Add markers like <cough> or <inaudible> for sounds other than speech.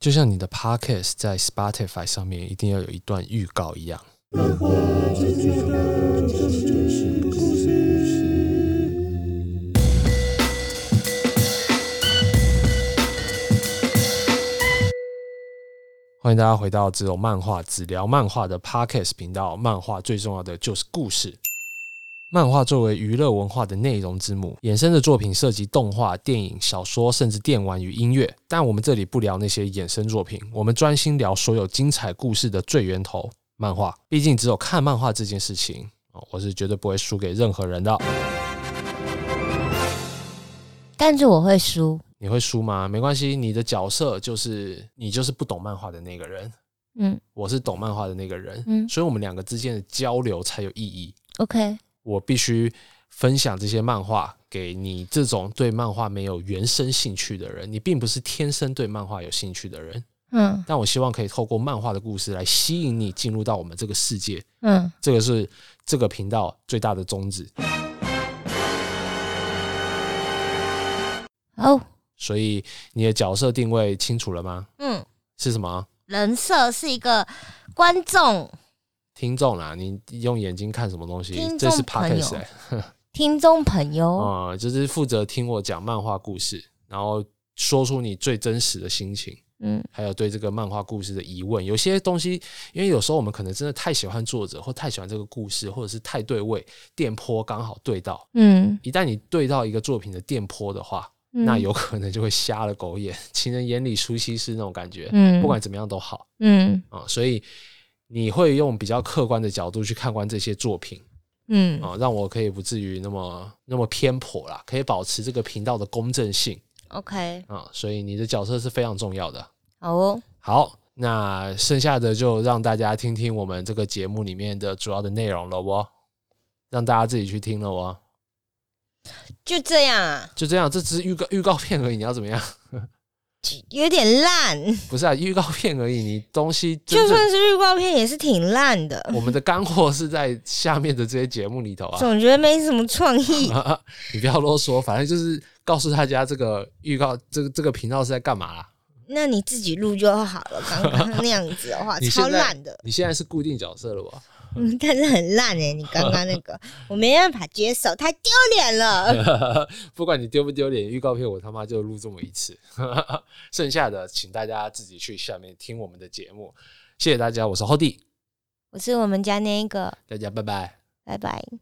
就像你的 podcast 在 Spotify 上面一定要有一段预告一样。欢迎大家回到只有漫画只聊漫画的 podcast 频道。漫画最重要的就是故事。漫画作为娱乐文化的内容之母，衍生的作品涉及动画、电影、小说，甚至电玩与音乐。但我们这里不聊那些衍生作品，我们专心聊所有精彩故事的最源头——漫画。毕竟，只有看漫画这件事情，哦我是绝对不会输给任何人的。但是我会输。你会输吗？没关系，你的角色就是你，就是不懂漫画的那个人，嗯我是懂漫画的那个人，嗯所以我们两个之间的交流才有意义。 ，OK，我必须分享这些漫画给你这种对漫画没有原生兴趣的人。你并不是天生对漫画有兴趣的人，嗯但我希望可以透过漫画的故事来吸引你进入到我们这个世界。嗯，这个是这个频道最大的宗旨。哦，所以你的角色定位清楚了吗？嗯，是什么？人设是一个观众、听众啦，你用眼睛看什么东西听？这众是朋友哦 podcast 欸听众朋友，啊、就是负责听我讲漫画故事，然后说出你最真实的心情，嗯还有对这个漫画故事的疑问。有些东西，因为有时候我们可能真的太喜欢作者，或太喜欢这个故事，或者是太对位，电波刚好对到。嗯，一旦你对到一个作品的电波的话，嗯那有可能就会瞎了狗眼，情人眼里出西施那种感觉。嗯不管怎么样都好嗯啊、所以你会用比较客观的角度去看观这些作品。嗯啊、让我可以不至于那么那么偏颇啦，可以保持这个频道的公正性，OK，啊、所以你的角色是非常重要的。好哦，好，那剩下的就让大家听听我们这个节目里面的主要的内容了哦，让大家自己去听了哦。就这样啊，就这样，这只是预告预告片而已，你要怎么样？ <laughs> 有点烂，不是啊，预告片而已，你东西真正就算是预告片也是挺烂的，我们的干货是在下面的这些节目里头啊。总觉得没什么 <laughs> 创意。你不要啰嗦，反正就是告诉大家这个预告，这个这个频道是在干嘛啦。那你自己录就好了，刚刚那样子的 <laughs> 话你现超在烂的，你现在是固定角色了吧？嗯， <laughs> 但是很烂哎、你刚刚那 <laughs> 个我没办法接受，太丢脸了。不管你丢不丢脸，预告片我他妈就录这么一次， <laughs> 剩下的请大家自己去下面听我们的节目。谢谢大家，我是 Hody，我是我们家那一个，大家拜拜。拜拜。